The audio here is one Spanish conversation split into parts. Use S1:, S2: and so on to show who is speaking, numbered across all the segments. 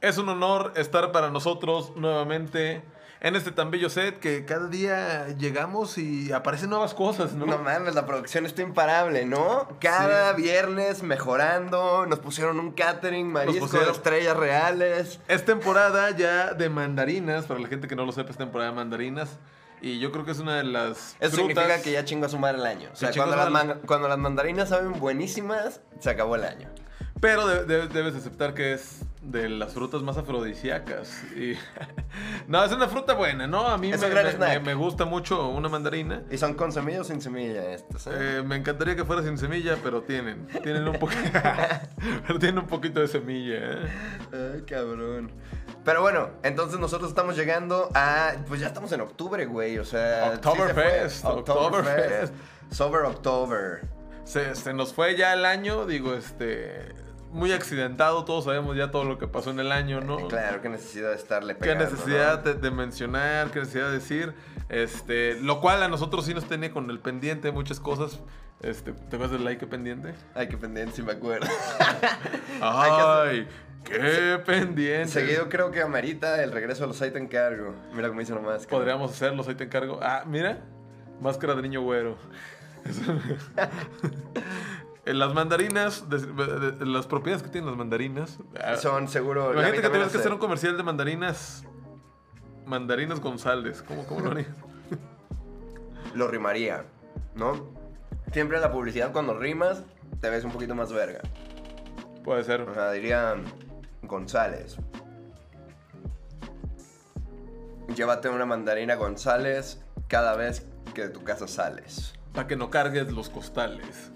S1: Es un honor estar para nosotros nuevamente en este tan bello set que cada día llegamos y aparecen nuevas cosas, ¿no?
S2: No mames, la producción está imparable, ¿no? Cada viernes mejorando, nos pusieron un catering, marisco,
S1: pusieron-
S2: estrellas reales.
S1: Es temporada ya de mandarinas, para la gente que no lo sepa, es temporada de mandarinas. Y yo creo que es una de las.
S2: Eso significa que ya chingó a su madre el año. O sea,
S1: Que chingó
S2: cuando
S1: a
S2: las,
S1: su madre.
S2: man- cuando las mandarinas saben buenísimas, se acabó el año.
S1: Pero de- de- debes aceptar que es de las frutas más afrodisíacas. Y... no, es una fruta buena, ¿no? A mí
S2: Es
S1: me,
S2: un gran
S1: me-
S2: snack.
S1: me- me gusta mucho una mandarina.
S2: ¿Y son con semilla o sin semilla estos? eh?
S1: Eh, me encantaría que fuera sin semilla, pero tienen. Tienen un poquito. pero tienen un poquito de semilla. ¿eh?
S2: Ay, cabrón. Pero bueno, entonces nosotros estamos llegando a. Pues ya estamos en octubre, güey. O sea. sí se fue.
S1: Oktoberfest,
S2: Oktoberfest.
S1: Oktoberfest.
S2: Sober October.
S1: Se, se nos fue ya el año, digo, este. Muy accidentado, todos sabemos ya todo lo que pasó en el año, ¿no?
S2: Claro, qué necesidad de estarle
S1: Qué
S2: pegando.
S1: necesidad de,
S2: ¿no?
S1: de mencionar, qué necesidad de decir. Este, lo cual a nosotros sí nos tenía con el pendiente muchas cosas. Este, ¿te acuerdas del like pendiente?
S2: Ay, qué pendiente, si me acuerdo.
S1: Ay, qué pendiente.
S2: Seguido creo que amerita el regreso a los Titan Cargo. Mira cómo dice nomás. cara.
S1: Podríamos hacerlos, ahí te encargo. Ah, mira, máscara de niño güero. Eso- Eh, las mandarinas, de- de- de- las propiedades que tienen las mandarinas. ah,
S2: Son seguro. la
S1: Imagínate que
S2: vitamina
S1: tienes que
S2: C.
S1: hacer un comercial de mandarinas. Mandarinas González. ¿Cómo, cómo lo harías?
S2: Lo rimaría, ¿no? Siempre en la publicidad cuando rimas te ves un poquito más verga.
S1: Puede ser.
S2: O sea, diría González. Llévate una mandarina González cada vez que de tu casa sales.
S1: Para que no cargues los costales.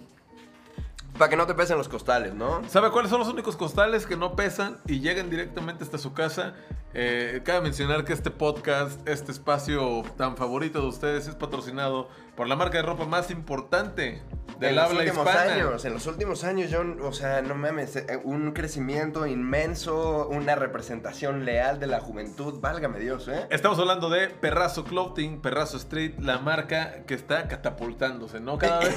S2: Para que no te pesen los costales, ¿no?
S1: ¿Sabe cuáles son los únicos costales que no pesan y llegan directamente hasta su casa? Eh, cabe mencionar que este podcast, este espacio tan favorito de ustedes, es patrocinado por la marca de ropa más importante del
S2: en los
S1: habla
S2: últimos
S1: hispana.
S2: años, en los últimos años, John, o sea, no mames, eh, un crecimiento inmenso, una representación leal de la juventud, válgame Dios, ¿eh?
S1: Estamos hablando de Perrazo Clothing, Perrazo Street, la marca que está catapultándose, ¿no? Cada vez,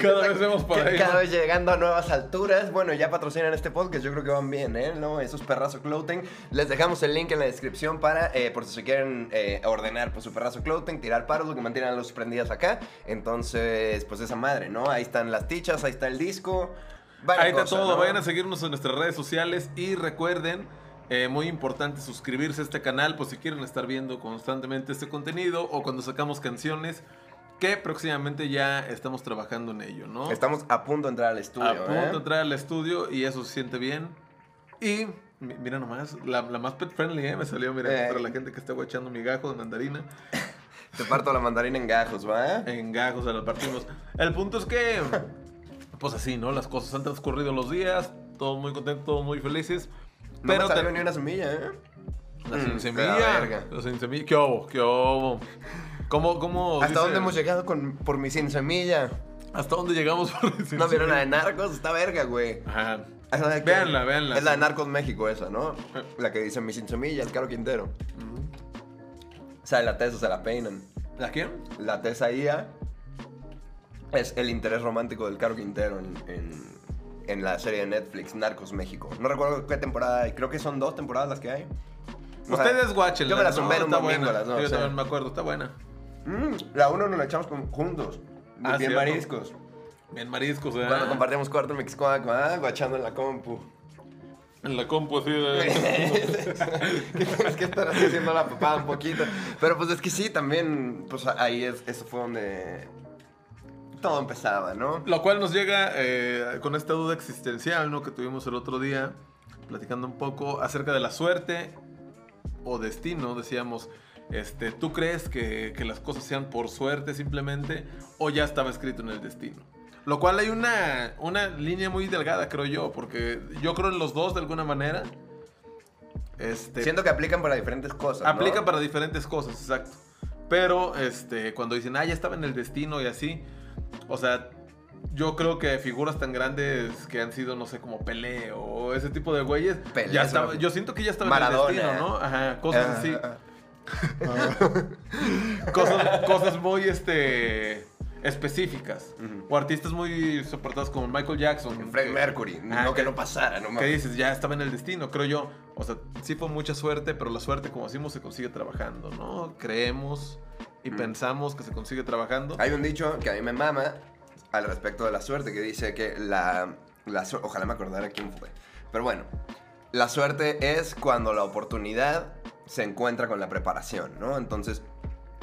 S1: cada vez vemos para ahí.
S2: Cada
S1: ¿no?
S2: vez llegando a nuevas alturas. Bueno, ya patrocinan este podcast, yo creo que van bien, ¿eh? ¿No? Esos perrazo clothing. Les dejamos el link en la descripción para, eh, por si se quieren eh, ordenar pues, su perrazo clothing, tirar paros, lo que mantienen las luces prendidas acá. Entonces, pues esa madre, ¿no? Ahí están las tichas, ahí está el disco. varias
S1: Ahí está
S2: cosas,
S1: todo.
S2: ¿no?
S1: Vayan a seguirnos en nuestras redes sociales y recuerden, eh, muy importante, suscribirse a este canal por si quieren estar viendo constantemente este contenido o cuando sacamos canciones que próximamente ya estamos trabajando en ello, ¿no?
S2: Estamos a punto de entrar al estudio.
S1: a punto
S2: ¿eh?
S1: de entrar al estudio y eso se siente bien. Y mi- mira nomás, la, la más pet friendly, ¿eh? Me salió, mira,
S2: Eh.
S1: para la gente que está guachando mi gajo de mandarina.
S2: Te parto la mandarina en gajos, ¿va?
S1: En gajos se la partimos. El punto es que, pues así, ¿no? Las cosas han transcurrido los días, todos muy contentos, todos muy felices.
S2: No me
S1: Pero
S2: salió
S1: te-
S2: ni una semilla, ¿eh?
S1: La sin
S2: Mm,
S1: semilla.
S2: la verga.
S1: La sin semilla. ¿Qué hubo? ¿Qué hubo? ¿Cómo, cómo
S2: ¿Hasta
S1: Oh, dice-
S2: dónde hemos llegado con, por mi sin semilla?
S1: ¿Hasta dónde llegamos por la sin
S2: ¿No vieron la
S1: semilla?
S2: de Narcos? Está verga, güey.
S1: Ajá.
S2: Ah, no, es que-
S1: Véanla, véanla.
S2: Es la de Narcos México esa, ¿no?
S1: Eh.
S2: La que dice mi sin semilla, el Caro Quintero. O sea, la tesa se la peinan.
S1: ¿La quién?
S2: La tesa IA ¿ah? es el interés romántico del Caro Quintero en, en- en la serie de Netflix, Narcos México. No recuerdo qué temporada hay, creo que son dos temporadas las que hay. O sea,
S1: Ustedes guachen.
S2: Yo me la zumbé en un domingo a las dos.
S1: Yo
S2: o sea.
S1: también me acuerdo, está buena.
S2: Mm, la uno nos la echamos con- juntos.
S1: Ah,
S2: bien
S1: ¿cierto?
S2: mariscos.
S1: Bien mariscos, ¿eh?
S2: Cuando compartimos cuarto en Mixcoac, ah, guachando en la compu.
S1: En la compu así eh. de...
S2: que tienes que estar así haciendo la papada un poquito. Pero pues es que sí, también, pues ahí es, eso fue donde todo empezaba, ¿no?
S1: Lo cual nos llega eh, con esta duda existencial, ¿no? Que tuvimos el otro día, platicando un poco acerca de la suerte o destino, decíamos. Este, ¿Tú crees que, que las cosas sean por suerte simplemente o ya estaba escrito en el destino? Lo cual hay una, una línea muy delgada, creo yo, porque yo creo en los dos de alguna manera. Este,
S2: Siento que aplican para diferentes cosas. ¿no?
S1: Aplica para diferentes cosas, exacto. Pero este, cuando dicen, ah, ya estaba en el destino y así, o sea, yo creo que figuras tan grandes que han sido, no sé, como Pelé o ese tipo de güeyes,
S2: Pelé
S1: ya
S2: es
S1: estaba-
S2: una-
S1: yo siento que ya estaba
S2: Maradona.
S1: en el destino, ¿no? Ajá, cosas
S2: Ah,
S1: así.
S2: ah, ah.
S1: Cosas, cosas muy, este... específicas.
S2: Ujú.
S1: O artistas muy soportados como Michael Jackson.
S2: Frank
S1: que-
S2: Mercury,
S1: Ah,
S2: no que
S1: que-
S2: no pasara, no
S1: Que
S2: mames.
S1: dices, ya estaba en el destino, creo yo. O sea, sí fue mucha suerte, pero la suerte, como decimos, se consigue trabajando, ¿no? Creemos y
S2: Mm.
S1: pensamos que se consigue trabajando.
S2: Hay un dicho que a mí me mama al respecto de la suerte, que dice que la, la su- Ojalá me acordara quién fue. Pero bueno, la suerte es cuando la oportunidad se encuentra con la preparación, ¿no? Entonces,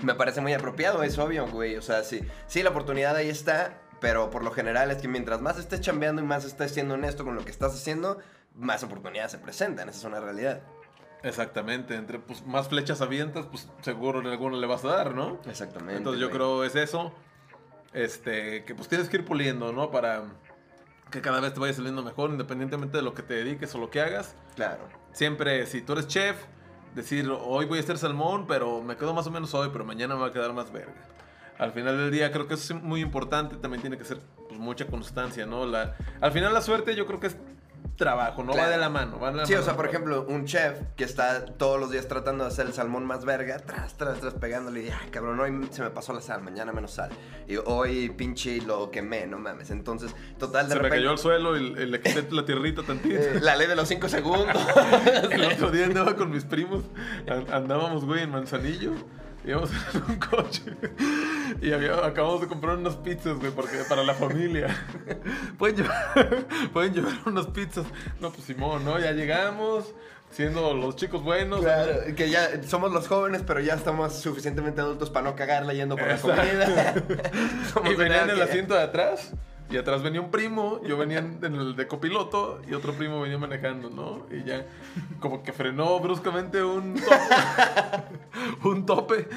S2: me parece muy apropiado, es obvio, güey. O sea, sí, sí, la oportunidad ahí está, pero por lo general es que mientras más estés chambeando y más estés siendo honesto con lo que estás haciendo, más oportunidades se presentan. Esa es una realidad.
S1: Exactamente, entre pues, más flechas avientas, pues seguro en alguna le vas a dar, ¿no?
S2: Exactamente.
S1: Entonces yo
S2: güey.
S1: creo es eso. Este, que pues tienes que ir puliendo, ¿no? Para que cada vez te vaya saliendo mejor, independientemente de lo que te dediques o lo que hagas.
S2: Claro.
S1: Siempre, si tú eres chef, decir hoy voy a hacer salmón, pero me quedo más o menos hoy, pero mañana me va a quedar más verga. Al final del día creo que eso es muy importante, también tiene que ser pues, mucha constancia, ¿no? La, al final la suerte yo creo que es trabajo, ¿no?
S2: Claro.
S1: Va de la mano, va de la
S2: Sí,
S1: mano.
S2: o sea, por ejemplo, un chef que está todos los días tratando de hacer el salmón más verga, tras, tras, tras, pegándole, y, ay, cabrón, hoy se me pasó la sal, mañana menos sal. Y hoy, pinche, lo quemé, no mames. Entonces, total, de
S1: Se me
S2: repente...
S1: cayó al suelo y, y le quité la tierrita tantito.
S2: eh, la ley de los cinco segundos.
S1: El otro día andaba con mis primos, an- andábamos, güey, en Manzanillo, íbamos en un coche y había- acabamos de comprar unas pizzas, güey, porque, para la familia. Pueden llevar, pueden llevar unas pizzas. No, pues Simón, ¿no? Ya llegamos, siendo los chicos buenos.
S2: Claro, que ya somos los jóvenes, pero ya estamos suficientemente adultos para no cagarla yendo por
S1: Exacto.
S2: la comida. Somos
S1: Y venía en
S2: una
S1: el
S2: que-
S1: asiento de atrás. Y atrás venía un primo, yo venía en en el de copiloto y otro primo venía manejando, ¿no? Y ya como que frenó bruscamente un tope, un tope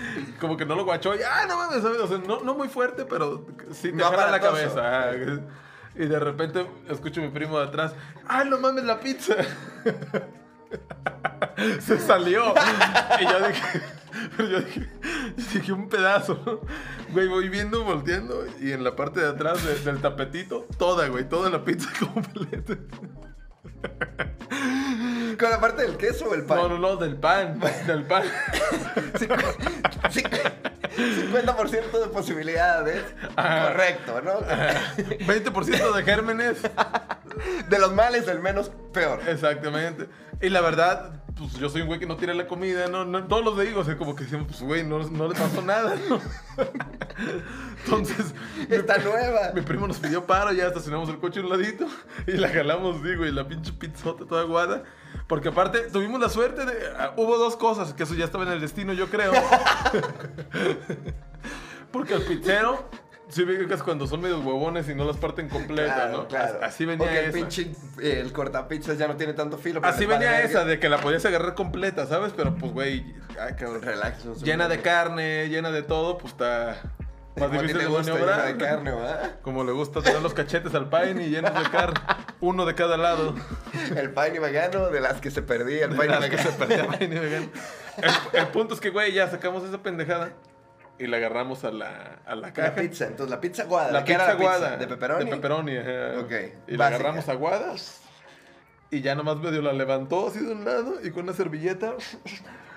S1: como que no lo guachó y, ah, no mames, ¿sabes? O sea, no, no muy fuerte, pero sí te
S2: No
S1: jala la
S2: aparatoso.
S1: cabeza. Ah, Y de repente escucho a mi primo de atrás, ah, no mames, la pizza. Se salió. y yo dije, pero yo dije, yo dije un pedazo. ¿no? Güey, voy viendo, volteando y en la parte de atrás de- del tapetito, toda, güey, toda la pizza completa.
S2: Con la parte del queso o el pan.
S1: No, no, no, del pan, del pan.
S2: Cincu- cincu- 50% de posibilidades.
S1: Ajá.
S2: Correcto, ¿no?
S1: 20% de gérmenes.
S2: De los males, el menos peor.
S1: Exactamente. Y la verdad, pues yo soy un güey que no tira la comida, no, no todos los digo, o sea, como que decimos, pues güey, no, no le pasó nada. ¿no? Entonces, mi-
S2: Está nueva.
S1: mi primo nos pidió paro, ya estacionamos el coche a un ladito y la jalamos, digo, y la pinche pizzota toda guada. Porque aparte tuvimos la suerte de. ah, hubo dos cosas, que eso ya estaba en el destino, yo creo. Porque el pizzero, sí, vi que es cuando son medios huevones y no las parten completas, ¿no? Así venía
S2: Porque el
S1: esa.
S2: pinche eh, el cortapizzas ya no tiene tanto filo. pero
S1: Así
S2: le vale
S1: venía
S2: verga.
S1: esa, de que la podías agarrar completa, ¿sabes? Pero pues, güey, ay, cabrón.
S2: Relax, no se
S1: llena de
S2: preocupe.
S1: carne, llena de todo, pues está
S2: Como
S1: más
S2: a ti
S1: difícil
S2: te
S1: de
S2: gusta, llena
S1: maniobrar.
S2: de carne, ¿verdad?
S1: Como le gusta tener los cachetes al paine y llenos de carne, uno de cada lado.
S2: El pan y vegano de las que se perdía. El
S1: De
S2: pan y
S1: las que
S2: vegano.
S1: se perdía paine vegano. El, el punto es que, güey, ya sacamos esa pendejada y la agarramos a la, a la
S2: La
S1: caja.
S2: pizza, entonces la pizza guada.
S1: La
S2: ¿qué era
S1: pizza aguada.
S2: ¿De pepperoni?
S1: De pepperoni, ajá. Y
S2: Ok, básica.
S1: la agarramos aguada. Y ya nomás medio la levantó así de un lado y con una servilleta.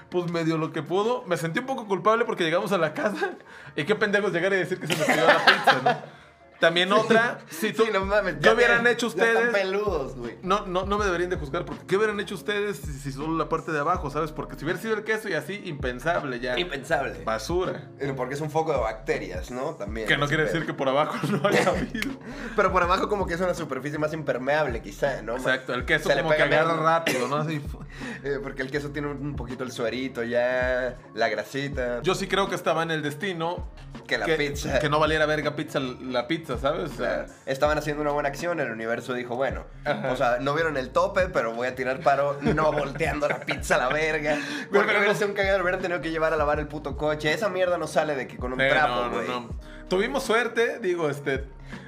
S1: Pues medio lo que pudo. Me sentí un poco culpable porque llegamos a la casa. Y qué pendejos llegar y decir que se nos cayó la pizza, ¿no? También otra, si tú,
S2: Sí, no mames.
S1: ¿qué
S2: ya
S1: hubieran
S2: tienen-
S1: hecho
S2: ya están
S1: ustedes?
S2: peludos, güey.
S1: No, no, no me deberían de juzgar porque ¿qué hubieran hecho ustedes si, si solo la parte de abajo, sabes? Porque si hubiera sido el queso y así, impensable ya.
S2: Impensable.
S1: Basura.
S2: Eh, Porque es un foco de bacterias, ¿no? También.
S1: Que no
S2: ese
S1: quiere
S2: pedo.
S1: decir que por abajo no haya habido.
S2: Pero por abajo como que es una superficie más impermeable, quizá, ¿no?
S1: Exacto, el queso
S2: Se le
S1: como que
S2: pega
S1: agarra
S2: menos.
S1: rápido, ¿no? Así, fu-
S2: Eh, porque el queso tiene un poquito el suerito ya, la grasita.
S1: Yo sí creo que estaba en el destino.
S2: Que la pizza.
S1: Que no valiera verga pizza la pizza, ¿sabes? O sea,
S2: Claro. Estaban haciendo una buena acción, el universo dijo, bueno,
S1: Ajá.
S2: o sea, no vieron el tope, pero voy a tirar paro no volteando la pizza a la verga.
S1: Güey,
S2: Porque
S1: pero
S2: hubiera
S1: no-
S2: sido un cagado, hubieran tenido que llevar a lavar el puto coche. Esa mierda no sale de que con un
S1: eh,
S2: trapo,
S1: no,
S2: güey.
S1: no, no. Tuvimos suerte, digo, este.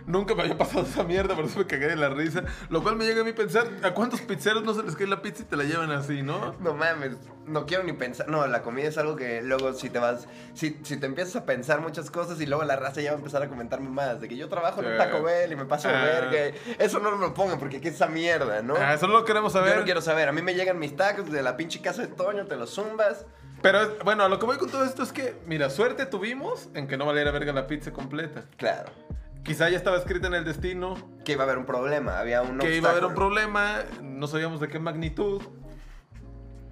S1: Nunca me había pasado esa mierda, por eso me cagué de la risa. Lo cual me llega a mí pensar: ¿a cuántos pizzeros no se les cae la pizza y te la llevan así, no?
S2: No mames, no quiero ni pensar. No, la comida es algo que luego si te vas, si, si te empiezas a pensar muchas cosas y luego la raza ya va a empezar a comentarme más. De que yo trabajo en un
S1: Sí.
S2: Taco Bell y me paso de
S1: Ah.
S2: verga. Eso no me lo pongan porque qué es esa mierda, ¿no?
S1: Ah, eso no lo queremos
S2: Yo
S1: saber.
S2: no quiero saber. A mí me llegan mis tacos de la pinche casa de Toño, te los zumbas.
S1: Pero bueno, a lo que voy con todo esto es que, mira, suerte tuvimos en que no valiera verga la pizza completa.
S2: Claro.
S1: Quizá ya estaba escrita en el destino
S2: Que iba a haber un problema, había un
S1: que iba a haber un
S2: obstáculo.
S1: problema, no sabíamos de qué magnitud.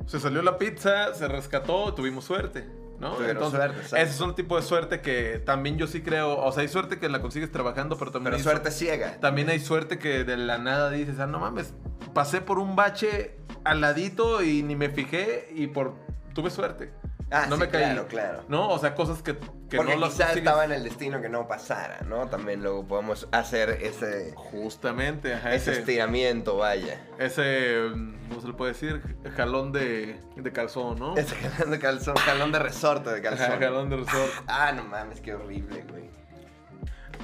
S1: Se salió la pizza, se rescató, tuvimos suerte, ¿no?
S2: Tuvieron suerte,
S1: ese
S2: exacto.
S1: es un tipo de suerte que también yo sí creo, o sea, hay suerte que la consigues trabajando, pero también
S2: Pero
S1: hay
S2: suerte ciega.
S1: También hay suerte que de la nada dices, ah, no mames, pasé por un bache al ladito y ni me fijé y por tuve suerte.
S2: Ah,
S1: no
S2: sí,
S1: me caí.
S2: claro, claro.
S1: No, o sea, cosas que, que
S2: Porque
S1: no las
S2: quizá
S1: consigues.
S2: estaba en el destino que no pasara, ¿no? También luego podemos hacer ese,
S1: Justamente, ajá,
S2: ese
S1: ese, ese,
S2: estiramiento, vaya.
S1: mm, ¿cómo se le puede decir? Jalón de, de calzón, ¿no?
S2: Ese jalón de calzón, jalón de resorte de
S1: Ajá,
S2: calzón.
S1: jalón de resort.
S2: Ah, no mames, qué horrible, güey.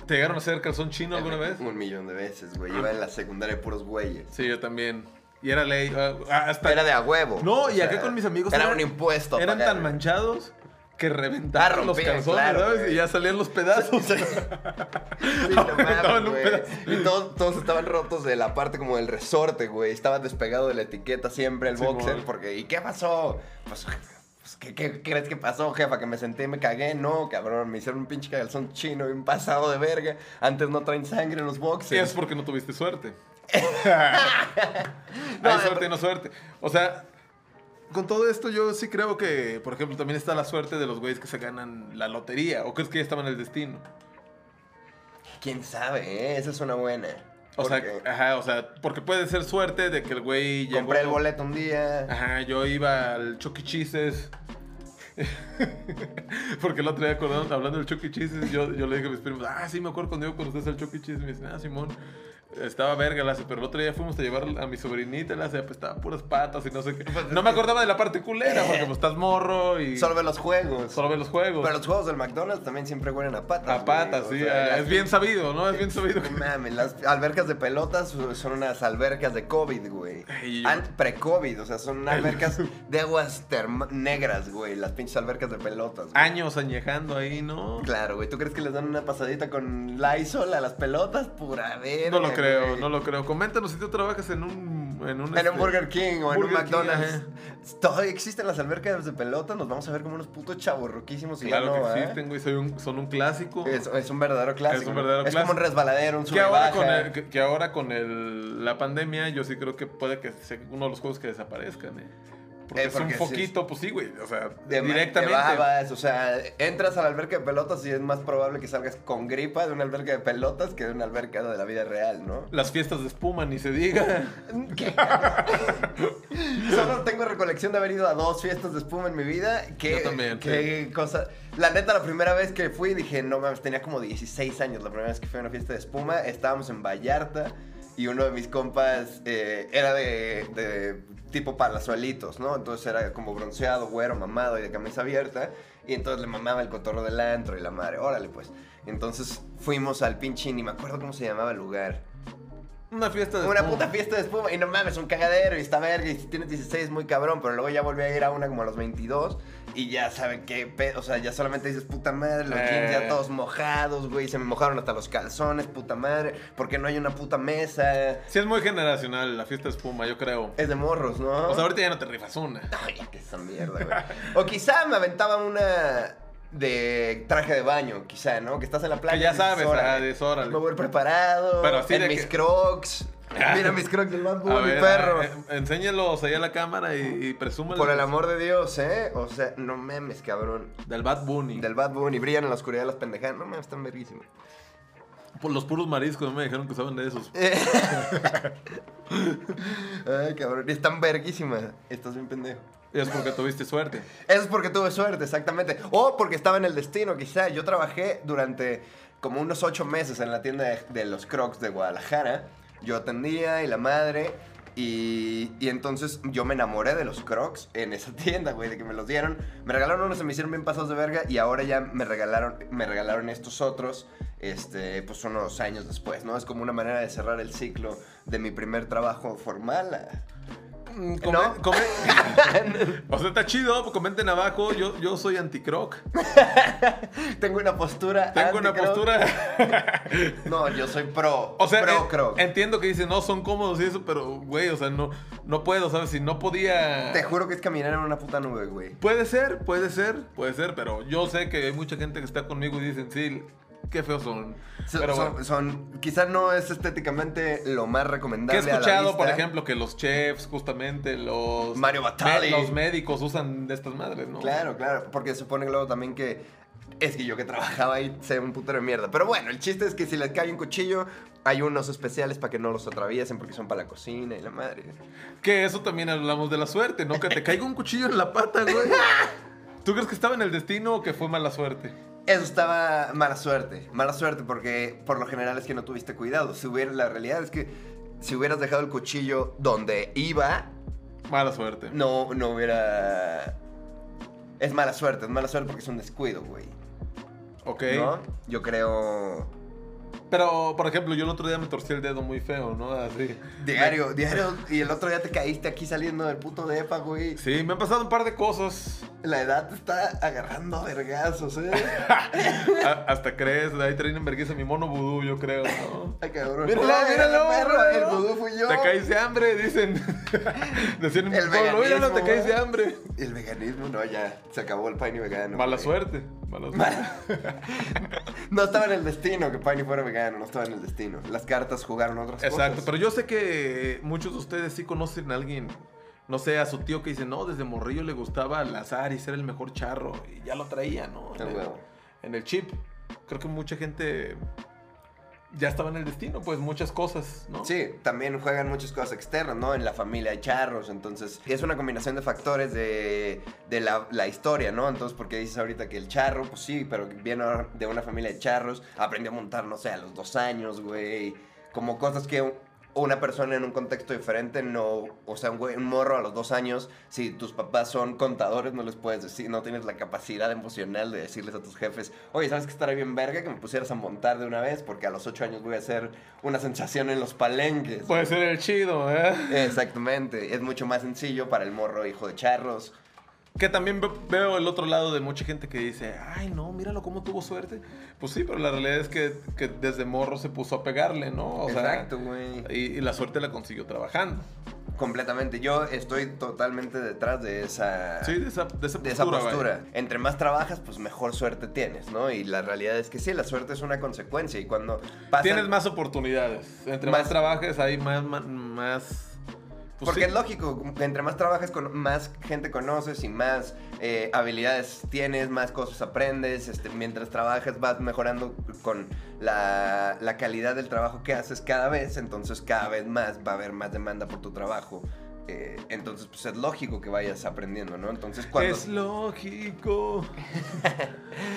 S1: ¿Te llegaron a hacer calzón chino alguna vez? Ah.
S2: Un millón de veces, güey. Iba en la secundaria de puros güeyes.
S1: Sí, yo también. Y era ley. ah, ah, hasta
S2: Era de a huevo.
S1: No,
S2: O
S1: y acá
S2: sea,
S1: con mis amigos
S2: Era
S1: eran-
S2: un impuesto. a
S1: eran
S2: pagar,
S1: tan
S2: güey.
S1: manchados que reventaron
S2: Ah, rompían,
S1: los calzones,
S2: claro,
S1: ¿sabes?
S2: güey.
S1: Y ya salían los pedazos.
S2: Sí, no mames,
S1: Aventaban un
S2: güey.
S1: pedazo.
S2: Y todos, todos estaban rotos de la parte como del resorte, güey. Estaba despegado de la etiqueta siempre el
S1: Simón.
S2: boxer. Porque, ¿y qué pasó? Pues, pues, ¿qué, qué crees que pasó, jefa? Que me senté y me cagué. No, cabrón, me hicieron un pinche calzón chino y un pasado de verga. Antes no traen sangre en los
S1: Sí,
S2: boxers.
S1: es porque no tuviste suerte.
S2: No,
S1: Hay
S2: de-
S1: suerte y no suerte. O sea, con todo esto yo sí creo que, por ejemplo, también está la suerte de los güeyes que se ganan la lotería. ¿O crees que ya estaban en el destino?
S2: ¿Quién sabe? eh? Esa es una buena.
S1: O sea,
S2: Porque
S1: ajá, o sea, porque puede ser suerte de que el Ah, güey llegó...
S2: compré el boleto un día.
S1: Ajá, yo iba al Chucky Cheese's. Porque el otro día acordando, hablando del Chucky Cheese's, yo, yo le dije a mis primos, ah, sí, me acuerdo cuando iba con ustedes al Chucky Cheese. Me dicen, ah, Simón, estaba verga, la hace, pero el otro día fuimos a llevar a mi sobrinita, la hace, pues estaba puras patas y no sé qué. No me acordaba de la parte culera, porque pues estás morro y
S2: Pues, Solo
S1: solo,
S2: ve los juegos.
S1: ves los juegos.
S2: Pero los juegos del McDonald's también siempre huelen a patas.
S1: a patas,
S2: güey.
S1: sí,
S2: O sea,
S1: ah,
S2: las-
S1: es bien sabido, ¿no? Es bien sabido.
S2: No mames, las albercas de pelotas son unas albercas de COVID, güey.
S1: Ey, yo-
S2: An- Pre-COVID, o sea, son albercas de aguas terma- negras, güey. Las pinches albercas de pelotas. güey.
S1: Años añejando ahí, ¿no?
S2: Claro, güey. ¿Tú crees que les dan una pasadita con Lysol a las pelotas? Pura verga,
S1: No lo creo,
S2: güey.
S1: no lo creo. Coméntanos si tú trabajas en un... En un,
S2: En
S1: este,
S2: un Burger King o en un
S1: Burger King,
S2: McDonald's. Todavía existen las albercas de pelotas. Nos vamos a ver como unos putos chavos roquísimos.
S1: Claro que existen,
S2: existen.
S1: güey, soy un- son un clásico.
S2: ¿eh? Es, es un verdadero clásico.
S1: Es un verdadero
S2: Es como un
S1: clásico.
S2: resbaladero, un
S1: que, ahora
S2: sube-baja.
S1: con el- que, que ahora con el- la pandemia yo sí creo que puede que sea uno de los juegos que desaparezcan, ¿eh? Porque,
S2: Eh, porque
S1: es un
S2: sí es-
S1: foquito, pues sí, güey, o sea,
S2: de
S1: directamente.
S2: directamente. o sea, entras a la alberca de pelotas y es más probable que salgas con gripa de una alberca de pelotas que de una alberca de la vida real, ¿no?
S1: Las fiestas de espuma, ni se diga.
S2: ¿Qué? Solo tengo recolección de haber ido a dos fiestas de espuma en mi vida. ¿Qué,
S1: Yo también,
S2: qué cosa? La neta, la primera vez que fui dije, no mames, tenía como 16 años la primera vez que fui a una fiesta de espuma. Estábamos en Vallarta y uno de mis compas eh, era de, de tipo palazuelitos, ¿no? Entonces era como bronceado, güero, mamado y de camisa abierta. Y entonces le mamaba el cotorro del antro y la madre, órale pues. Entonces fuimos al pinche, ni me acuerdo cómo se llamaba el lugar.
S1: Una fiesta de
S2: Una
S1: espuma.
S2: puta fiesta de espuma y no mames, un cagadero y está verga y si tienes 16 muy cabrón, pero luego ya volví a ir a una como a los 22 y ya saben qué pedo, o sea, ya solamente dices puta madre, los jeans ya
S1: Eh.
S2: todos mojados, güey, se me mojaron hasta los calzones, puta madre, porque no hay una puta mesa,
S1: Sí, es muy generacional la fiesta de espuma, yo creo.
S2: es de morros, Eh, ¿no? Ah,
S1: O sea, ahorita ya no te rifas una.
S2: Ay, qué esa mierda, güey. O quizá me aventaba una de traje de baño, quizá, ¿no? Que estás en la playa.
S1: ya
S2: y dices,
S1: sabes,
S2: "Órale,
S1: ah, dices, órale".
S2: Me voy a ir preparado.
S1: Pero así
S2: en
S1: de
S2: mis
S1: que-
S2: crocs. Mira mis crocs del
S1: A
S2: Bad Bunny,
S1: ver,
S2: perro.
S1: a- eh, enséñelos ahí a la cámara y, y presúmelos
S2: Por el amor de Dios, ¿eh? O sea, no memes, cabrón.
S1: Del Bad Bunny.
S2: Del Bad Bunny, brillan en la oscuridad las pendejadas. No mames, están verguísimas.
S1: Por los puros mariscos, no me dijeron que usaban de esos.
S2: Eh. Ay, cabrón, y están verguísimas. Estás bien pendejo.
S1: Y es porque tuviste suerte.
S2: Eso es porque tuve suerte, exactamente. O porque estaba en el destino, quizá. Yo trabajé durante como unos ocho meses en la tienda de, de los Crocs de Guadalajara. Yo atendía y la madre. Y, y entonces yo me enamoré de los Crocs en esa tienda, güey, de que me los dieron. Me regalaron unos, se me hicieron bien pasados de verga. Y ahora ya me regalaron, me regalaron estos otros, este, pues unos años después, ¿no? Es como una manera de cerrar el ciclo de mi primer trabajo formal. ah.
S1: Mm, come-
S2: ¿No?
S1: come- o sea, está chido, pues comenten abajo. Yo, yo soy anticroc.
S2: Tengo una postura.
S1: Tengo una
S2: anti-croc.
S1: postura.
S2: No, yo soy pro.
S1: O sea,
S2: pro
S1: en-
S2: croc.
S1: entiendo que dicen, no, son cómodos y eso, pero, güey, o sea, no, no puedo, ¿sabes? Si no podía...
S2: Te juro que es caminar en una puta nube, güey.
S1: Puede ser, puede ser, puede ser, pero yo sé que hay mucha gente que está conmigo y dicen, sí, qué feos son.
S2: So-
S1: pero
S2: son,
S1: bueno.
S2: son- quizás no es estéticamente lo más
S1: Que he
S2: recomendable. a la
S1: escuchado, por
S2: vista.
S1: ejemplo, que los chefs, justamente, los...
S2: Mario Batali.
S1: me- Los médicos usan de estas madres, ¿no?
S2: Claro, claro, porque supone luego también que es que yo que trabajaba ahí sé un putero de mierda. Pero bueno, el chiste es que si les cae un cuchillo, hay unos especiales para que no los atraviesen porque son para la cocina y la madre.
S1: Que eso también hablamos de la suerte, ¿no? Que te caiga un cuchillo en la pata, güey. ¿Tú crees que estaba en el destino o que fue mala suerte?
S2: Eso estaba mala suerte, mala suerte porque por lo general es que no tuviste cuidado. Si hubiera la realidad es que si hubieras dejado el cuchillo donde iba,
S1: Mala suerte.
S2: no no hubiera es mala suerte, es mala suerte porque es un descuido, güey.
S1: Ok.
S2: ¿No? Yo creo
S1: Pero, por ejemplo, yo el otro día me torcí el dedo muy feo, ¿no? Así.
S2: Diario, diario. Y el otro día te caíste aquí saliendo del puto depa, güey.
S1: Sí, me han pasado un par de cosas.
S2: La edad te está agarrando a vergazos, eh.
S1: A- hasta crees, ahí traen en vergüenza mi mono vudú, yo creo, ¿no?
S2: Ay, cabrón.
S1: Míralo,
S2: Ay,
S1: míralo,
S2: perro,
S1: míralo.
S2: El vudú fui yo.
S1: Te caes de hambre, dicen. Decían en mi
S2: El
S1: pueblo, míralo, te
S2: veganismo,
S1: caes de
S2: ¿eh?
S1: hambre.
S2: El veganismo, no, ya. Se acabó el Piney vegano.
S1: Mala
S2: güey.
S1: suerte. Mala suerte.
S2: No estaba en el destino que Piney fuera vegano, no estaba en el destino. Las cartas jugaron otras
S1: Exacto,
S2: cosas.
S1: pero yo sé que muchos de ustedes sí conocen a alguien, no sé, a su tío que dice, no, desde morrillo le gustaba el azar y ser el mejor charro, y ya lo traía, ¿no?
S2: Ah,
S1: En el,
S2: huevo.
S1: en el chip. Creo que mucha gente ya estaba en el destino, pues muchas cosas, ¿no?
S2: Sí, también juegan muchas cosas externas, ¿no? En la familia hay charros, entonces es una combinación de factores de, de la, la historia, ¿no? Entonces, porque dices ahorita que el charro, pues sí, pero viene de una familia de charros, aprendió a montar, no sé, a los dos años, güey, como cosas que un- una persona en un contexto diferente no, o sea, un, güey, un morro a los dos años, si tus papás son contadores, no les puedes decir, no tienes la capacidad emocional de decirles a tus jefes, oye, ¿sabes que estaría bien verga que me pusieras a montar de una vez? Porque a los ocho años voy a hacer una sensación en los palenques.
S1: Puede ser el chido, ¿eh?
S2: Exactamente, es mucho más sencillo para el morro hijo de charros.
S1: Que también ve- veo el otro lado de mucha gente que dice, ay, no, míralo cómo tuvo suerte. Pues sí, pero la realidad es que, que desde morro se puso a pegarle, ¿no? O sea,
S2: Exacto, güey.
S1: y- y la suerte la consiguió trabajando.
S2: Completamente, yo estoy totalmente detrás de esa...
S1: Sí, de esa, de esa postura.
S2: Ah. de esa postura.
S1: vaya.
S2: Entre más trabajas, pues mejor suerte tienes, ¿no? Y la realidad es que sí, la suerte es una consecuencia y cuando pasa...
S1: Tienes más oportunidades. Entre más,
S2: Más-
S1: trabajes, hay más. ma- más pues
S2: Porque
S1: sí.
S2: es lógico, entre más trabajas, con más gente conoces y más eh, habilidades tienes, más cosas aprendes. Este, mientras trabajas vas mejorando con la, la calidad del trabajo que haces cada vez, entonces cada vez más va a haber más demanda por tu trabajo. Eh, entonces, pues es lógico que vayas aprendiendo, ¿no? Entonces, cuando...
S1: Es lógico.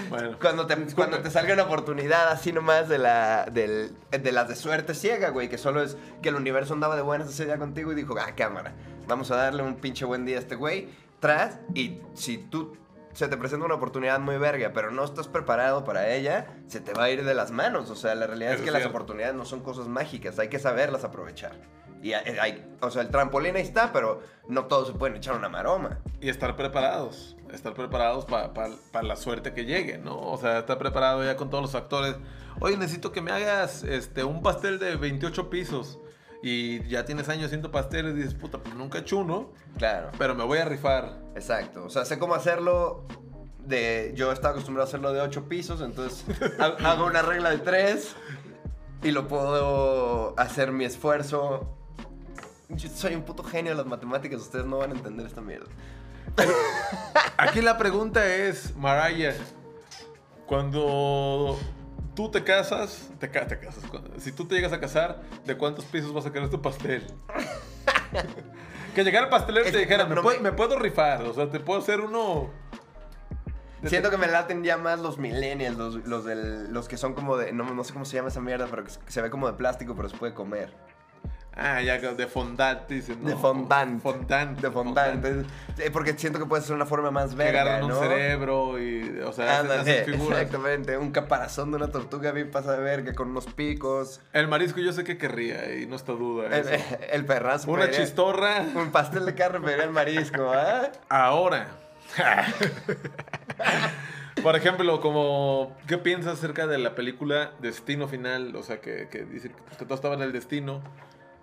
S1: bueno.
S2: Cuando te,
S1: Disculpe.
S2: cuando te salga una oportunidad así nomás de, la, del- de las de suerte ciega, güey, que solo es que el universo andaba de buenas ese día contigo y dijo, ah, cámara, vamos a darle un pinche buen día a este güey, tras, y si tú se te presenta una oportunidad muy verga, pero no estás preparado para ella, se te va a ir de las manos. O sea, la realidad
S1: Eso
S2: es que
S1: es
S2: las
S1: cierto.
S2: oportunidades no son cosas mágicas, hay que saberlas aprovechar. Y hay- hay- o sea, el trampolín ahí está, pero no todos se pueden echar una maroma.
S1: Y estar preparados. Estar preparados para la suerte que llegue, ¿no? O sea, estar preparado ya con todos los factores. Oye, necesito que me hagas este, un pastel de 28 pisos. Y ya tienes años haciendo pasteles y dices, puta, pues nunca he hecho uno,
S2: Claro.
S1: pero me voy a rifar.
S2: Exacto, o sea, sé cómo hacerlo. De, yo estaba acostumbrado a hacerlo de ocho pisos, entonces ha- hago una regla de tres y lo puedo hacer mi esfuerzo. Yo soy un puto genio de las matemáticas, ustedes no van a entender esta mierda.
S1: Aquí la pregunta es, Maraya, cuando tú te casas, te, ca- te casas, cu- si tú te llegas a casar, ¿de cuántos pisos vas a querer tu pastel? que llegara el pastelero y
S2: Es
S1: te
S2: que
S1: dijera,
S2: no-
S1: me,
S2: no
S1: puedo,
S2: me-
S1: me puedo rifar, o sea, te puedo hacer uno...
S2: Siento que me laten ya más los millennials, los, los, del- los que son como de, no, no sé cómo se llama esa mierda, pero que se- que se ve como de plástico, pero se puede comer.
S1: Ah, ya de fondant, dicen. ¿no?
S2: De fondant.
S1: Fondant.
S2: De fondant. Entonces, eh, porque siento que puede ser una forma más
S1: Que
S2: verga,
S1: agarran
S2: ¿no?
S1: un cerebro y. O sea, hacen,
S2: Ándale,
S1: hacen figuras.
S2: exactamente. Un caparazón de una tortuga bien pasa de verga con unos picos.
S1: El marisco yo sé que querría y no está duda.
S2: El,
S1: eso.
S2: el perrazo.
S1: Una
S2: pediría-
S1: chistorra.
S2: Un pastel de carne pero el marisco, ¿ah?
S1: Ahora. Por ejemplo, como, ¿qué piensas acerca de la película Destino Final? O sea, que, que dice pues, que todo estaba en el destino.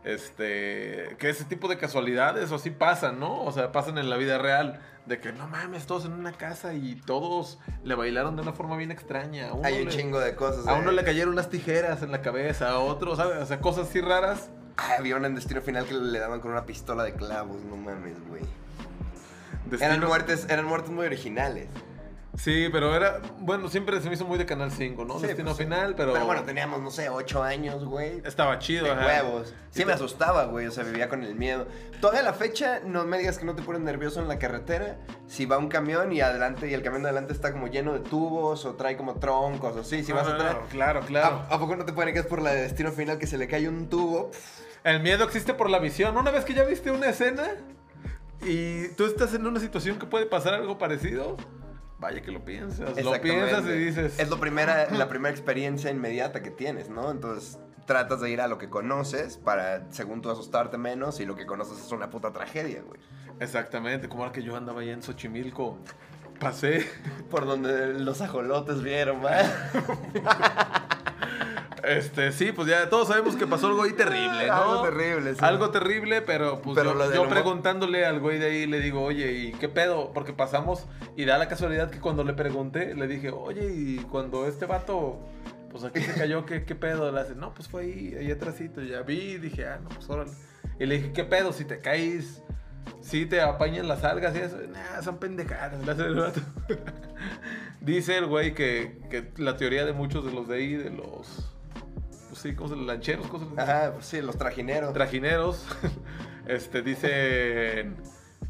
S1: Este, que ese tipo de casualidades o así pasan, ¿no? O sea, pasan en la vida real. De que no mames, todos en una casa y todos le bailaron de una forma bien extraña. A uno,
S2: Hay un
S1: Uh, le,
S2: chingo de cosas.
S1: a
S2: eh.
S1: uno le cayeron unas tijeras en la cabeza, a otro, ¿sabes? O sea, cosas así raras.
S2: Ah, había una en destino final que le daban con una pistola de clavos, no mames, güey. Eran
S1: Destino-
S2: muertes, eran muertes muy originales.
S1: Sí, pero era, bueno, siempre se me hizo muy de Canal 5, ¿no?
S2: Sí,
S1: Destino
S2: pues,
S1: Final, pero...
S2: Pero, bueno, teníamos, no sé, ocho años, güey.
S1: Estaba chido,
S2: De
S1: ajá.
S2: huevos.
S1: Y
S2: Sí me
S1: te-
S2: asustaba, güey. O sea, vivía con el miedo. Todavía a la fecha, no me digas que no te pones nervioso en la carretera. Si va un camión y adelante, y el camión de adelante está como lleno de tubos o trae como troncos o así. Si vas Ah,
S1: No, no,
S2: atrás.
S1: no, Claro, claro.
S2: ¿A, a poco no te paniqueas por la de destino final que se le cae un tubo? Pff,
S1: El miedo existe por la visión. Una vez que ya viste una escena y tú estás en una situación que puede pasar algo parecido, vaya que lo piensas. Pues Lo piensas y
S2: exactamente.
S1: dices.
S2: Es lo primera, la primera experiencia inmediata que tienes, ¿no? Entonces tratas de ir a lo que conoces para, según tú, asustarte menos y lo que conoces es una puta tragedia, güey.
S1: Exactamente, como ahora que yo andaba allá en Xochimilco. Pasé.
S2: Por donde los ajolotes vieron, ¿va?
S1: Este, sí, pues ya todos sabemos que pasó algo ahí terrible, ¿no?
S2: Ah, Algo terrible, sí.
S1: Algo terrible, pero pues
S2: Pero
S1: yo-
S2: lo
S1: yo,
S2: del humor-
S1: preguntándole al güey de ahí le digo, oye, ¿y qué pedo? Porque pasamos y da la casualidad que cuando le pregunté, le dije, oye, y cuando este vato, pues aquí se cayó, ¿qué, qué pedo? Le hace, no, pues fue ahí, ahí atrásito, ya vi, dije, ah, no, pues órale. Y le dije, ¿qué pedo? Si te caes, si te apañan las algas y eso, nah, son pendejadas, le hace el vato. Dice el güey que, que la teoría de muchos de los de ahí, de los... Pues sí, ¿cómo se los lancheros? ¿Cómo se les dice?
S2: Ajá, pues sí, los trajineros.
S1: trajineros, este, dicen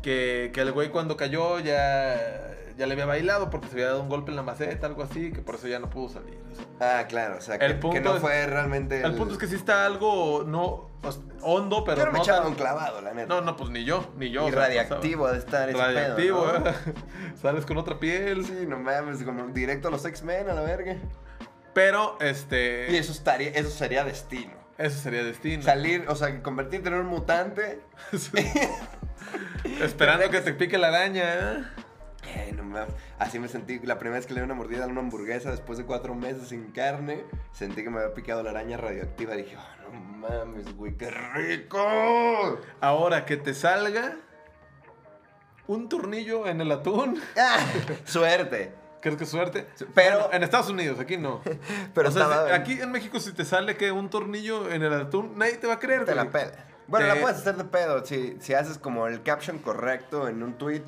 S1: que, que el güey cuando cayó ya, ya le había bailado porque se había dado un golpe en la maceta, algo así, que por eso ya no pudo salir. o sea.
S2: ah, claro, o sea, que,
S1: El punto
S2: que no
S1: es-
S2: fue realmente.
S1: el punto es que sí está algo no o sea, hondo, pero
S2: Yo no me
S1: no,
S2: echaba
S1: tan-
S2: un clavado, la neta.
S1: no, no, pues ni yo, ni yo.
S2: y
S1: o sea,
S2: radiactivo ha de estar
S1: pasaba.
S2: ese
S1: Radiactivo,
S2: pedo, ¿no?
S1: ¿eh? sales con otra piel.
S2: Sí, no mames, como directo a los X-Men, a la verga.
S1: Pero,
S2: Y
S1: este,
S2: eso, estaría, eso sería destino.
S1: eso sería destino.
S2: Salir, o sea, convertirte en un mutante.
S1: Esperando que te pique la araña, ¿eh?
S2: Ay, no mames. Así me sentí la primera vez que le di una mordida a una hamburguesa después de cuatro meses sin carne. Sentí que me había picado la araña radioactiva. Dije, oh, no mames, güey, qué rico.
S1: Ahora que te salga un tornillo en el atún.
S2: Ah, suerte.
S1: ¿Crees que es suerte?
S2: Pero-
S1: Bueno, en Estados Unidos, aquí no.
S2: Pero
S1: O sea,
S2: estaba-
S1: si- aquí en México, si te sale que un tornillo en el atún, nadie te va a creer.
S2: Te
S1: güey.
S2: la pela. Bueno,
S1: Te-
S2: la puedes hacer de pedo. Si, si haces como el caption correcto en un tweet,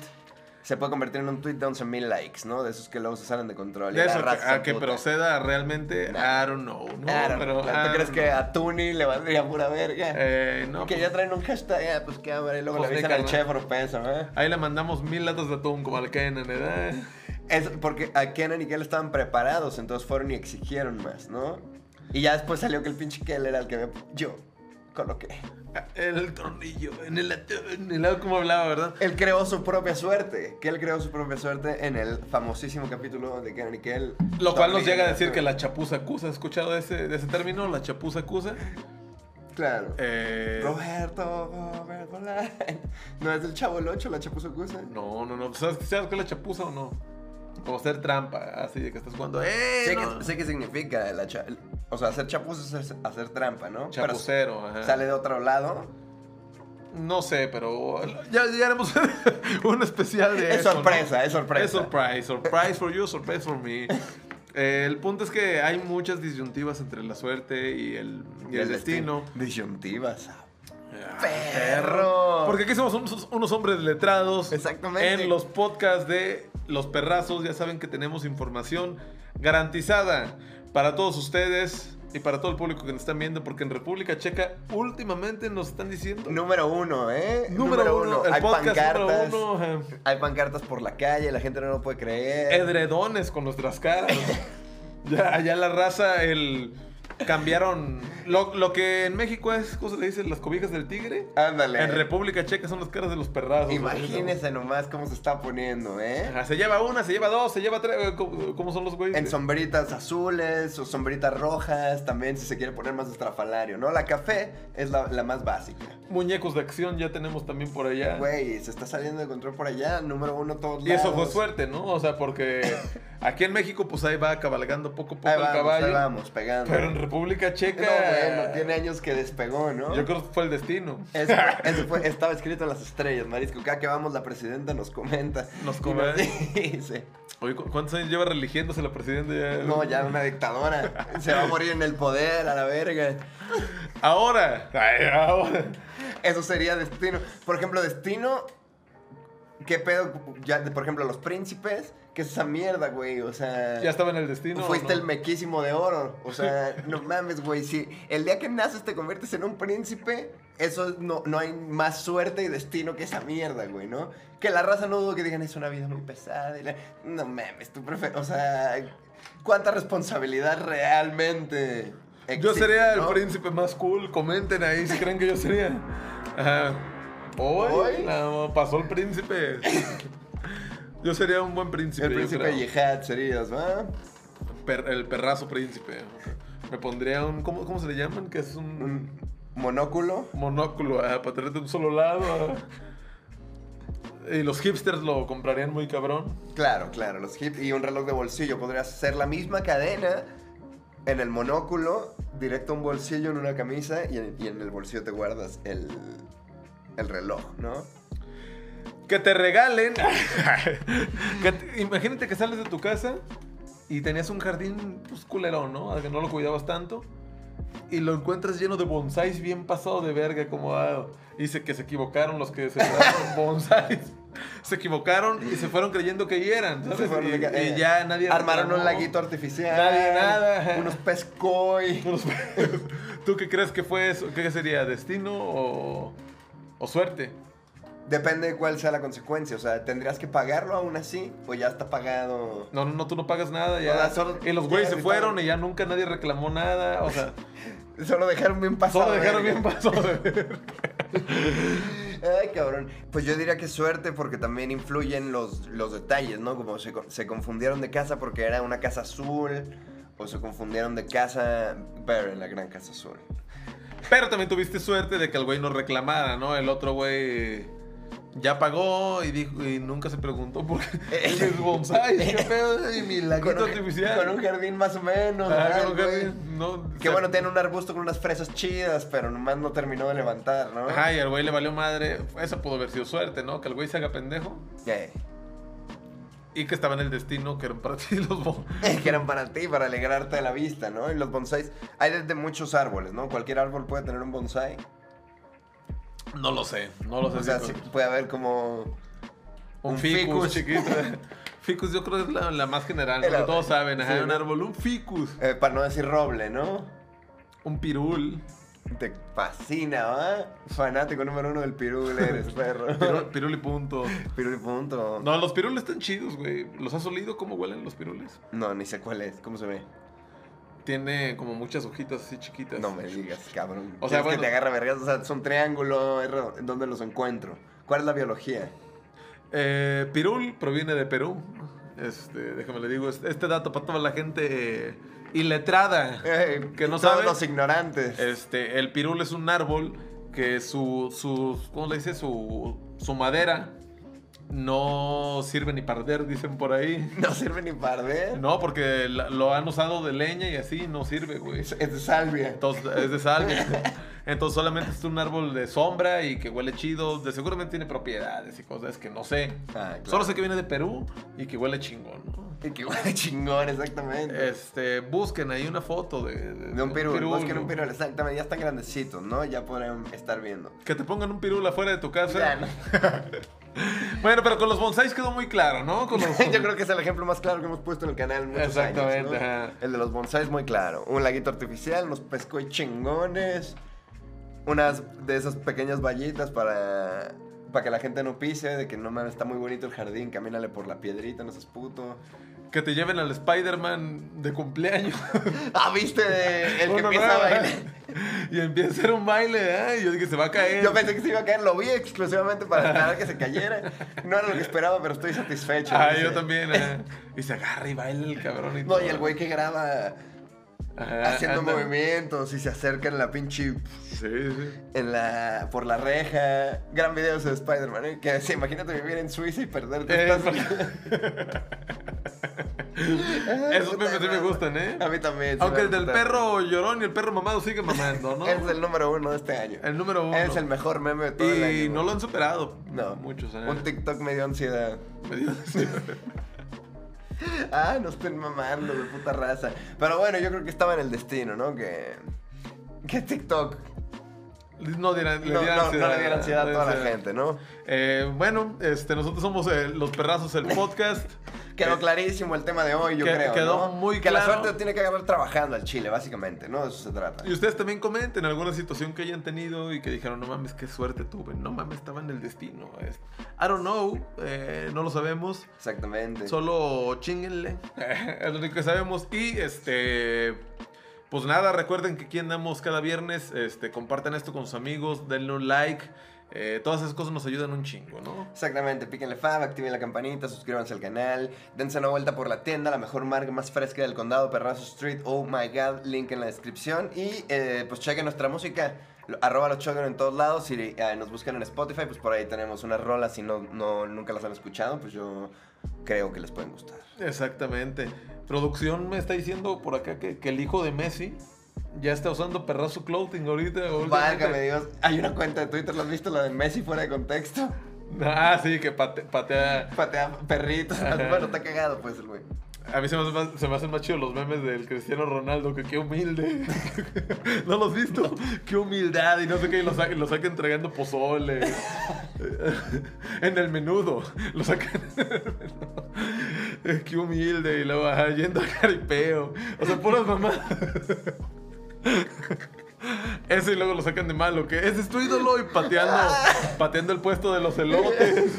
S2: se puede convertir en un tweet de 11.000 likes, ¿no? De esos que luego se salen de control. y
S1: De
S2: la
S1: eso, que-
S2: raza
S1: a
S2: se
S1: que
S2: puta.
S1: proceda realmente, I don't know. No,
S2: Claro,
S1: pero,
S2: claro,
S1: I
S2: ¿Tú crees
S1: don't
S2: que
S1: know.
S2: a Tuni le valdría pura verga?
S1: Eh, no,
S2: que
S1: pues,
S2: ya traen un hashtag, ah, pues qué hambre, y luego
S1: Pues
S2: le
S1: de
S2: avisan al
S1: carnal.
S2: chef por peso, ¿eh?
S1: Ahí le mandamos mil latas de atún como al Kenan, ¿verdad?
S2: Es porque a Kenan y Kel estaban preparados, entonces fueron y exigieron más, ¿no? Y ya después salió que el pinche Kel era el que me... yo coloqué.
S1: El tornillo en el atún. El lado como hablaba, ¿verdad?
S2: Él creó su propia suerte. Que él creó su propia suerte en el famosísimo capítulo de Kenan y Kel.
S1: Lo cual nos llega a decir que la chapuza acusa. ¿Has escuchado de ese, de ese término? La chapuza acusa.
S2: Claro.
S1: Eh,
S2: Roberto, Roberto Lai. No es del Chavo el 8, la chapuza acusa.
S1: No, no, no. ¿Sabes, ¿Sabes qué es la chapuza o no? Como hacer trampa, así de que estás jugando. ¡Eh!
S2: Sé,
S1: no!
S2: que, sé que significa la cha- O sea, hacer chapuza es hacer trampa, ¿no? Pero
S1: Chapucero, ajá.
S2: sale de otro lado.
S1: No sé, pero ya, ya haremos un especial de
S2: Es
S1: eso, ¿no?
S2: sorpresa, es sorpresa.
S1: Es surprise, surprise for you, surprise for me. Eh, el punto es que hay muchas disyuntivas entre la suerte y el, y el destino.
S2: Disyuntivas.
S1: Ah,
S2: Perro.
S1: Porque aquí somos unos, unos hombres letrados.
S2: Exactamente.
S1: En los podcasts de Los Perrazos ya saben que tenemos información garantizada para todos ustedes y para todo el público que nos están viendo, porque en República Checa últimamente nos están diciendo...
S2: Número uno, ¿eh?
S1: Número uno, el
S2: Hay
S1: podcast número
S2: pancartas.
S1: uno, eh, ajá.
S2: Hay pancartas por la calle, la gente no lo puede creer.
S1: edredones con nuestras caras. ya, allá la raza, el. cambiaron lo, lo que en México es, ¿cómo se le dice? Las cobijas del tigre.
S2: Ándale.
S1: En República Checa son las caras de los perrazos.
S2: Imagínense nomás cómo se está poniendo, ¿eh?
S1: Ajá, se lleva una, se lleva dos, se lleva tres. eh, ¿Cómo, cómo son los güeyes?
S2: En sombritas azules o sombritas rojas, también si se quiere poner más estrafalario, ¿no? La café es la, la más básica.
S1: Muñecos de acción ya tenemos también por allá.
S2: Güey, se está saliendo de control por allá, número uno todos
S1: Ah. Y eso fue
S2: lados.
S1: suerte, ¿no? O sea, porque aquí en México, pues ahí va cabalgando poco a poco
S2: Ahí
S1: pues, el
S2: vamos,
S1: caballo.
S2: ahí vamos, pegando.
S1: Pero en República Checa.
S2: No, bueno, tiene años que despegó, ¿no?
S1: Yo creo que fue el destino.
S2: Eso, fue- eso fue- estaba escrito en las estrellas, Marisco. Cada que vamos, la presidenta nos comenta.
S1: Nos
S2: Y
S1: comenta.
S2: dice,
S1: Oye, ¿cu- ¿cuántos años lleva religiéndose la presidenta? Ya?
S2: no, ya una dictadora. Se va a morir en el poder, a la verga.
S1: Ahora. Ay, ahora.
S2: Eso sería destino. Por ejemplo, destino. ¿Qué pedo? Ya, de- por ejemplo, los príncipes. ¿Qué es esa mierda, güey? O sea.
S1: Ya estaba en el destino. ¿o
S2: Fuiste
S1: no?
S2: el mequísimo de oro. O sea, no mames, güey. Si el día que naces te conviertes en un príncipe, eso no, no hay más suerte y destino que esa mierda, güey, ¿no? Que la raza no dudo que digan es una vida muy pesada. y la- No mames, tú prefieres. O sea, ¿cuánta responsabilidad realmente?
S1: Yo
S2: existe,
S1: sería el
S2: no?
S1: príncipe más cool. Comenten ahí si creen que yo sería. Ajá. Hoy,
S2: Hoy.
S1: no, pasó el príncipe. Yo sería un buen príncipe.
S2: El
S1: yo
S2: príncipe
S1: creo.
S2: Yihad serías, ¿va?
S1: Per- el perrazo príncipe. Me pondría un. ¿Cómo, cómo se le llaman? Que es un,
S2: Un monóculo.
S1: monóculo ah, para tener de un solo lado. ah. Y los hipsters lo comprarían muy cabrón.
S2: Claro, claro, los hip y un reloj de bolsillo. Podrías hacer la misma cadena en el monóculo, directo a un bolsillo en una camisa y en, y en el bolsillo te guardas el, el reloj, ¿no?
S1: Que te regalen. Que te- imagínate que sales de tu casa y tenías un jardín pues, culero, ¿no? Al que no lo cuidabas tanto. Y lo encuentras lleno de bonsáis bien pasado de verga, acomodado. Dice que se equivocaron los que se quedaron bonsáis. Se equivocaron y se fueron creyendo que eran, ¿sabes?
S2: Se fueron
S1: y,
S2: de ca-
S1: y
S2: eh,
S1: ya nadie.
S2: Armaron un
S1: reclamó.
S2: laguito artificial.
S1: Nadie, nada.
S2: Unos pescoy.
S1: Unos- ¿Tú qué crees que fue eso? ¿Qué sería? ¿Destino o, o suerte?
S2: Depende de cuál sea la consecuencia. O sea, tendrías que pagarlo aún así, o ya está pagado.
S1: No, no, no, tú no pagas nada.
S2: O
S1: Ya.
S2: sea, solo-
S1: y los güeyes
S2: ya
S1: se fueron y ya nunca nadie reclamó nada. O sea,
S2: Solo dejaron bien pasado.
S1: solo dejaron
S2: verga.
S1: bien pasado. de ver.
S2: Ay, cabrón. Pues yo diría que suerte porque también influyen los, los detalles, ¿no? Como se, co- se confundieron de casa porque era una casa azul. O se confundieron de casa. Pero en la gran casa azul.
S1: Pero también tuviste suerte de que el güey no reclamara, ¿no? El otro güey ya pagó y, dijo, y nunca se preguntó por qué. Es bonsai, qué pedo. Y mi laguito
S2: un-
S1: artificial.
S2: con un jardín más o menos.
S1: Ah,
S2: ¿verdad,
S1: con un
S2: güey?
S1: jardín, no,
S2: Que
S1: o sea,
S2: bueno, tiene un arbusto con unas fresas chidas, pero nomás no terminó de levantar, ¿no?
S1: Ajá, y al güey le valió madre. Eso pudo haber sido suerte, ¿no? Que el güey se haga pendejo.
S2: Eh,
S1: Y que estaba en el destino, que eran para ti los bon-
S2: que eran para ti, para alegrarte de la vista, ¿no? Y los bonsáis. Hay desde muchos árboles, ¿no? Cualquier árbol puede tener un bonsai.
S1: No lo sé, no lo sé.
S2: O sea,
S1: si-
S2: sí, puede haber como.
S1: un,
S2: un
S1: ficus,
S2: ficus.
S1: chiquito. ficus yo creo que es la, la más general, ¿no?
S2: El
S1: Que
S2: árbol.
S1: todos saben. Ajá,
S2: Sí.
S1: un árbol, un ficus,
S2: eh, para no decir roble, ¿no?
S1: un pirul.
S2: Te fascina, ¿va? Fanático número uno del pirul eres,
S1: Pirul,
S2: perro.
S1: pirul y punto.
S2: pirul y punto. No.
S1: No, los pirules están chidos, güey. ¿Los has olido cómo huelen los pirules?
S2: ni sé cuál es. ¿Cómo se ve?
S1: Tiene como muchas hojitas así chiquitas.
S2: No me digas, cabrón.
S1: O
S2: O
S1: sea,
S2: sea,
S1: bueno.
S2: que te agarra vergas. O sea, es un triángulo. es raro. ¿Dónde los encuentro? ¿Cuál es la biología?
S1: Eh, pirul proviene de Perú. Este, déjame le digo, es- este dato para toda la gente eh, iletrada.
S2: Eh,
S1: Que no
S2: todos
S1: sabe.
S2: los ignorantes.
S1: Este, el pirul es un árbol que su, su ¿cómo le dice? Su, su madera no sirve ni para arder, dicen por ahí.
S2: No sirve ni para ver.
S1: No, porque la- lo han usado de leña y así no sirve, güey.
S2: Es, es de salvia.
S1: Entonces, es de salvia. Entonces solamente es un árbol de sombra y que huele chido. De seguramente tiene propiedades y cosas que no sé.
S2: Ah, claro.
S1: Solo sé que viene de Perú y que huele chingón, ¿no?
S2: Y que huele chingón, exactamente.
S1: Este, busquen ahí una foto de, de-
S2: de un pirul. Busquen
S1: ¿no?
S2: un pirul, exactamente. Ya están grandecitos, ¿no? Ya podrán estar viendo.
S1: Que te pongan un pirul afuera de tu casa.
S2: Ya, ¿no?
S1: Bueno, pero con los bonsáis quedó muy claro, ¿no? Con los-
S2: Yo creo que es el ejemplo más claro que hemos puesto en el canal en muchos
S1: Exactamente,
S2: años, ¿no?
S1: ajá.
S2: El de los bonsáis muy claro. Un laguito artificial, unos pescoy chingones, unas de esas pequeñas vallitas para, para que la gente no pise, de que no mames, está muy bonito el jardín, camínale por la piedrita, no seas puto.
S1: que te lleven al Spider-Man de cumpleaños.
S2: Ah, viste, el que
S1: Uno
S2: empieza a
S1: nuevo,
S2: bailar.
S1: ¿eh? Y empieza a hacer un baile, ¿eh? Y yo dije, se va a caer.
S2: Yo pensé que se iba a caer, lo vi exclusivamente para esperar que se cayera. No era lo que esperaba, pero estoy satisfecho.
S1: Ah,
S2: dice.
S1: yo también, ¿eh? Y se agarra y baila el cabrón y
S2: No,
S1: todo.
S2: y el güey que graba
S1: Ajá,
S2: haciendo
S1: anda.
S2: movimientos y se acerca en la pinche.
S1: Sí, sí.
S2: En la, por la reja. Gran video de Spider-Man. ¿eh? Que sí, imagínate vivir en Suiza y perderte.
S1: Eh,
S2: tanto.
S1: Esos memes sí me gustan, ¿eh?
S2: A mí también. sí
S1: Aunque
S2: me
S1: el del
S2: gustan.
S1: perro llorón y el perro mamado sigue mamando, ¿no?
S2: Es el número uno de este año.
S1: El número uno.
S2: Es el mejor meme de todo el año.
S1: Y no
S2: güey.
S1: lo han superado.
S2: No.
S1: Muchos, ¿eh?
S2: Un TikTok me dio ansiedad.
S1: Me dio-
S2: Ah, no estén mamando, de puta raza. Pero bueno, yo creo que estaba en el destino, ¿no? Que. Que TikTok.
S1: No, dirán- le
S2: No,
S1: dieran
S2: no, no le diera ansiedad a toda la
S1: ansiedad.
S2: gente, ¿no?
S1: Eh, bueno, este, nosotros somos eh, Los Perrazos, el podcast.
S2: Quedó
S1: Eh,
S2: clarísimo el tema de hoy, yo
S1: que-
S2: creo.
S1: quedó
S2: ¿no?
S1: muy
S2: Que la
S1: claro.
S2: suerte tiene que agarrar trabajando al chile, básicamente, ¿no? De eso se trata.
S1: Y ustedes también comenten alguna situación que hayan tenido y que dijeron, no mames, qué suerte tuve, no mames, estaba en el destino. es- I don't know, eh, no lo sabemos,
S2: Exactamente.
S1: solo chinguenle, es lo único que sabemos. Y este, pues nada, recuerden que aquí andamos cada viernes, este, compartan esto con sus amigos, denle un like, eh, todas esas cosas nos ayudan un chingo, ¿no?
S2: Exactamente, píquenle fab, activen la campanita, suscríbanse al canal, dense una vuelta por la tienda, la mejor marca más fresca del condado, Perrazo Street, oh my god, link en la descripción y eh, pues chequen nuestra música, lo- arroba los Shogun en todos lados y eh, nos buscan en Spotify, pues por ahí tenemos unas rolas si no, no, nunca las han escuchado, pues yo creo que les pueden gustar.
S1: Exactamente. Producción me está diciendo por acá que, que el hijo de Messi ya está usando perrazo clothing ahorita.
S2: Válgame
S1: últimamente.
S2: Dios, hay una cuenta de Twitter, ¿la has visto? La de Messi fuera de contexto.
S1: Ah, sí, que pate- patea.
S2: Patea perritos, bueno, está cagado pues el güey.
S1: A mí se me, hace más- se me hacen más chidos los memes del Cristiano Ronaldo, que qué humilde. ¿No los has visto? Qué humildad y no sé qué, y lo, sa- lo saca entregando pozole. en el menudo. Lo sacan. qué humilde y luego ajá, yendo a caripeo. O sea, puras mamás. Eso y luego lo sacan de malo, que ese es tu ídolo y pateando, pateando el puesto de los elotes.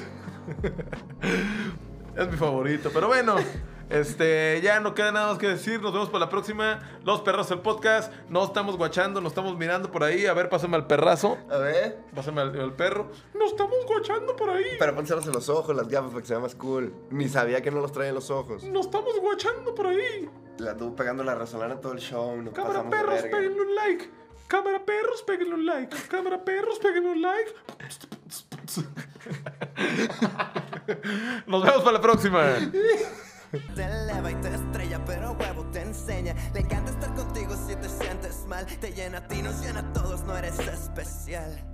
S1: Es mi favorito, pero bueno. Este, ya no queda nada más que decir. Nos vemos para la próxima. Los perros del podcast. No estamos guachando, nos estamos mirando por ahí. A ver, pásame al perrazo.
S2: A ver,
S1: Pásame al, al perro. Nos estamos guachando por ahí.
S2: pero pónselos en los ojos, las gafas para que se vea más cool. Ni sabía que no los traía en los ojos.
S1: Nos estamos guachando por ahí.
S2: La anduvo pegando la resolana todo el show. Nos
S1: Cámara
S2: pasamos de
S1: perros,
S2: verga.
S1: péguenle un like. Cámara perros, péguenle un like. Cámara perros, péguenle un like. Nos vemos para la próxima.
S3: Te eleva y te estrella, pero huevo te enseña. Le encanta estar contigo si te sientes mal. Te llena a ti, nos llena a todos, no eres especial.